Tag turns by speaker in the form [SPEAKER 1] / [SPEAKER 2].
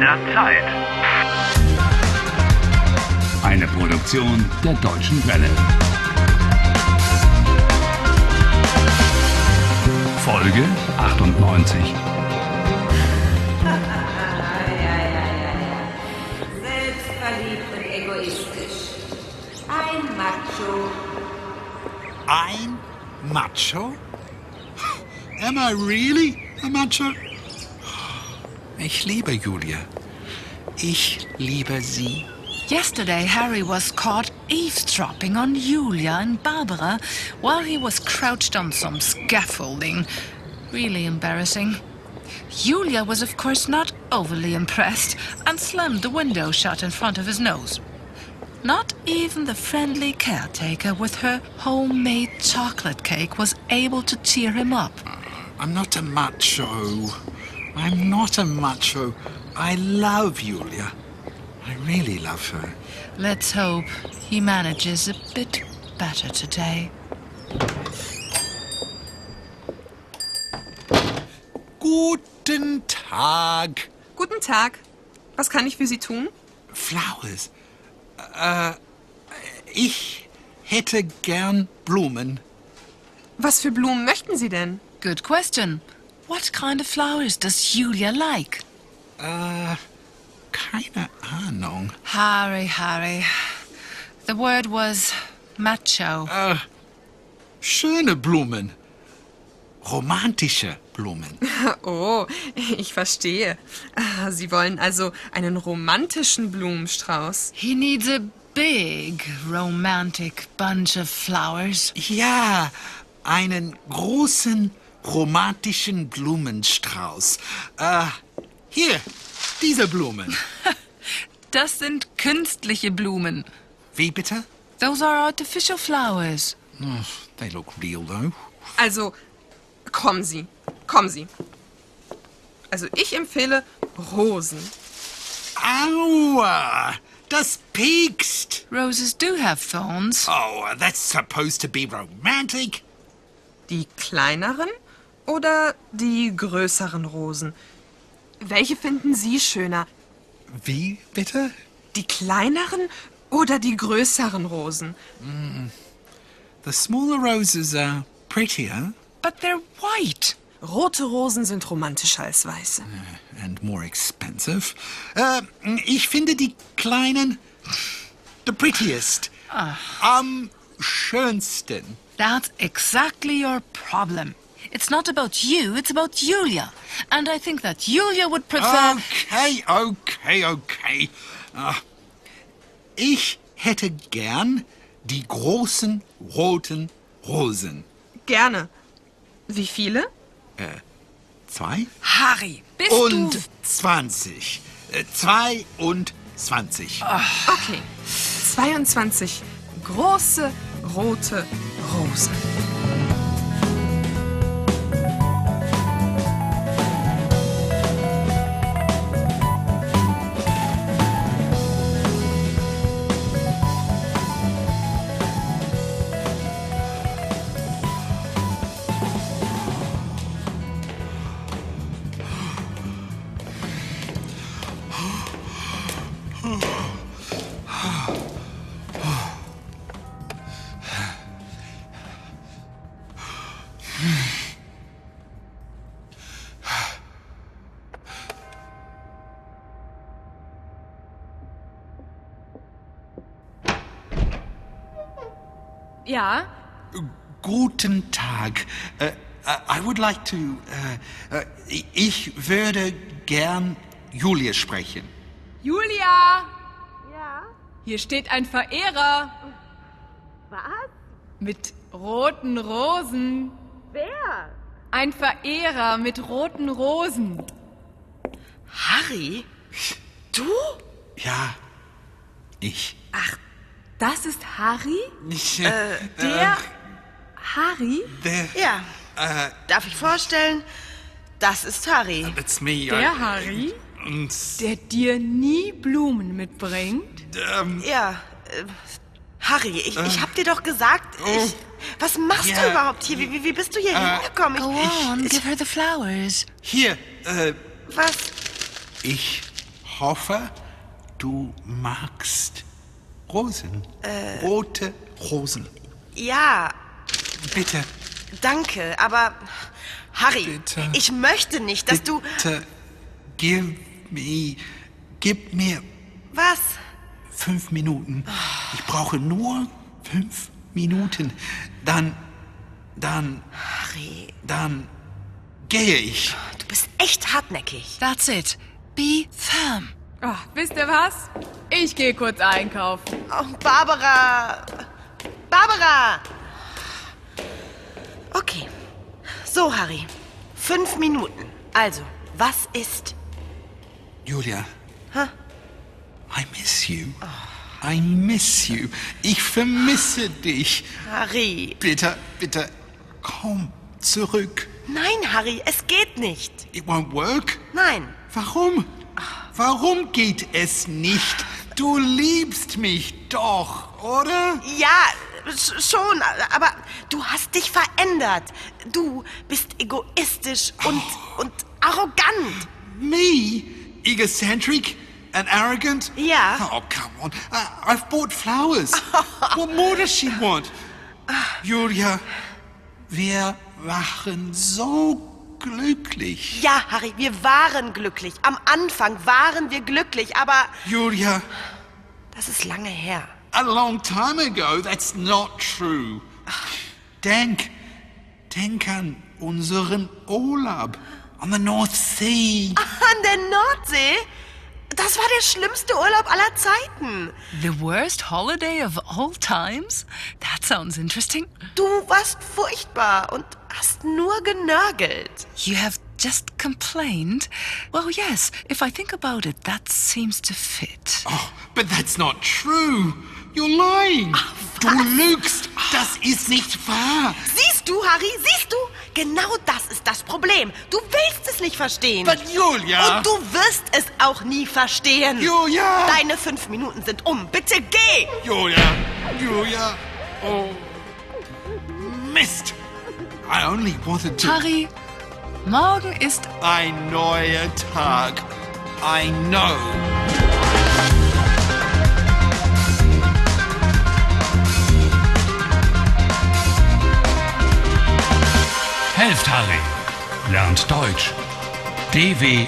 [SPEAKER 1] der Zeit.
[SPEAKER 2] Eine Produktion der Deutschen Welle. Folge 98.
[SPEAKER 3] Selbstverliebt und egoistisch. Ein Macho.
[SPEAKER 4] Ein Macho? Am I really a Macho? Ich liebe Julia. Ich liebe sie.
[SPEAKER 5] Yesterday, Harry was caught eavesdropping on Julia and Barbara while he was crouched on some scaffolding. Really embarrassing. Julia was, of course, not overly impressed and slammed the window shut in front of his nose. Not even the friendly caretaker with her homemade chocolate cake was able to cheer him up.
[SPEAKER 4] I'm not a macho. I'm not a macho. I love Julia. I really love her.
[SPEAKER 5] Let's hope he manages a bit better today.
[SPEAKER 4] Guten Tag.
[SPEAKER 6] Guten Tag. Was kann ich für Sie tun?
[SPEAKER 4] Flowers. Äh, ich hätte gern Blumen.
[SPEAKER 6] Was für Blumen möchten Sie denn?
[SPEAKER 5] Good question. What kind of flowers does Julia like?
[SPEAKER 4] Keine Ahnung.
[SPEAKER 5] Harry, Harry. The word was macho.
[SPEAKER 4] Schöne Blumen. Romantische Blumen.
[SPEAKER 6] Oh, ich verstehe. Ah, Sie wollen also einen romantischen Blumenstrauß.
[SPEAKER 5] He needs a big, romantic bunch of flowers.
[SPEAKER 4] Ja, einen großen romantischen Blumenstrauß. Äh, hier, diese Blumen.
[SPEAKER 5] Das sind künstliche Blumen.
[SPEAKER 4] Wie bitte?
[SPEAKER 5] Those are artificial flowers.
[SPEAKER 4] Oh, they look real though.
[SPEAKER 6] Also, kommen Sie. Kommen Sie. Also, ich empfehle Rosen.
[SPEAKER 4] Aua! Das piekst!
[SPEAKER 5] Roses do have thorns.
[SPEAKER 4] Oh, that's supposed to be romantic.
[SPEAKER 6] Die kleineren oder die größeren Rosen? Welche finden Sie schöner?
[SPEAKER 4] Wie bitte?
[SPEAKER 6] Die kleineren oder die größeren Rosen?
[SPEAKER 4] The smaller roses are prettier
[SPEAKER 5] But they're white.
[SPEAKER 6] Rote Rosen sind romantischer als weiße.
[SPEAKER 4] and more expensive. Äh, ich finde die kleinen the prettiest. Am schönsten.
[SPEAKER 5] That's exactly your problem. It's not about you, it's about Julia. And I think that Julia would prefer.
[SPEAKER 4] Okay, Ah, okay, okay. Ah, Ich hätte gern die großen roten Rosen.
[SPEAKER 6] Gerne. Wie viele?
[SPEAKER 4] Zwei
[SPEAKER 5] Harry, bist
[SPEAKER 4] und
[SPEAKER 5] du.
[SPEAKER 4] zwanzig. Äh, Zwei und zwanzig.
[SPEAKER 6] Okay. 22 große rote Rosen.
[SPEAKER 7] Ja,
[SPEAKER 4] Guten Tag. Äh, äh, I would like to. äh, äh, ich würde gern Julia sprechen.
[SPEAKER 7] Julia! Ja? Hier steht ein Verehrer. Was? Mit roten Rosen. Wer? Ein Verehrer mit roten Rosen.
[SPEAKER 6] Harry? Du?
[SPEAKER 4] Ja, ich.
[SPEAKER 7] Das ist Harry?
[SPEAKER 4] Ich. äh,
[SPEAKER 7] Der Harry?
[SPEAKER 8] Ja.
[SPEAKER 4] Äh.
[SPEAKER 8] Darf ich vorstellen? Das ist Harry.
[SPEAKER 4] It's me.
[SPEAKER 7] Der Harry?
[SPEAKER 4] Und
[SPEAKER 7] Der dir nie Blumen mitbringt?
[SPEAKER 8] Ja. Äh, Harry, ich, ich hab dir doch gesagt, ich. Was machst
[SPEAKER 4] Äh. Oh. Ja. Äh.
[SPEAKER 8] du überhaupt hier? Wie, wie- wie bist du hier hingekommen?
[SPEAKER 5] Go
[SPEAKER 8] Ich,
[SPEAKER 5] on, give her the flowers.
[SPEAKER 4] hier, äh,
[SPEAKER 8] was?
[SPEAKER 4] ich hoffe, du magst Rosen. Rote Rosen.
[SPEAKER 8] Ja,
[SPEAKER 4] Bitte,
[SPEAKER 8] danke, aber Harry,
[SPEAKER 4] Bitte.
[SPEAKER 8] ich möchte nicht, dass du...
[SPEAKER 4] bitte, äh, give me, gib mir
[SPEAKER 8] Was?
[SPEAKER 4] fünf Minuten. Ich brauche nur fünf Minuten. Dann, dann,
[SPEAKER 8] Harry,
[SPEAKER 4] dann gehe ich.
[SPEAKER 8] du bist echt hartnäckig.
[SPEAKER 5] That's it. Be firm.
[SPEAKER 7] Oh, wisst ihr was? Ich gehe kurz einkaufen.
[SPEAKER 8] Oh, Barbara! Barbara! Okay. So, Harry. Fünf Minuten. Also, was ist.
[SPEAKER 4] Julia. I miss you. I miss you. Ich vermisse dich.
[SPEAKER 8] Harry?
[SPEAKER 4] Bitte, bitte, komm zurück.
[SPEAKER 8] Nein, Harry, es geht nicht.
[SPEAKER 4] It won't work.
[SPEAKER 8] Nein.
[SPEAKER 4] Warum? Warum geht es nicht? Du liebst mich doch, oder?
[SPEAKER 8] Ja, sch- schon, aber du hast dich verändert. Du bist egoistisch und, und arrogant.
[SPEAKER 4] Me? Egocentric? And arrogant?
[SPEAKER 8] Yeah.
[SPEAKER 4] Oh, come on. I, I've bought flowers. what more does she want? Julia, wir waren so glücklich.
[SPEAKER 8] Ja, Harry, wir waren glücklich. Am Anfang waren wir glücklich, aber
[SPEAKER 4] Julia,
[SPEAKER 8] das ist lange her.
[SPEAKER 4] a long time ago, that's not true. Denk, denk an unseren Urlaub on the North Sea.
[SPEAKER 8] An der Nordsee? Das war der schlimmste Urlaub aller Zeiten.
[SPEAKER 5] The worst holiday of all times? That sounds interesting.
[SPEAKER 8] Du warst furchtbar und hast nur genörgelt.
[SPEAKER 5] You have just complained. Well, yes, if I think about it, that seems to fit.
[SPEAKER 4] Oh, but that's not true. You're lying. du lügst. Das ist nicht wahr.
[SPEAKER 8] Siehst du, Harry, siehst du? Genau das ist das Problem. Du willst es nicht verstehen.
[SPEAKER 4] But Julia.
[SPEAKER 8] Und du wirst es auch nie verstehen.
[SPEAKER 4] Oh, Julia.
[SPEAKER 8] Deine fünf Minuten sind um. Bitte geh.
[SPEAKER 4] Julia. Julia. Oh. Mist. I only wanted to.
[SPEAKER 5] Harry, morgen ist
[SPEAKER 4] Ein neuer Tag. I know.
[SPEAKER 2] Helft Harry. Lernt Deutsch. dw.com/harry.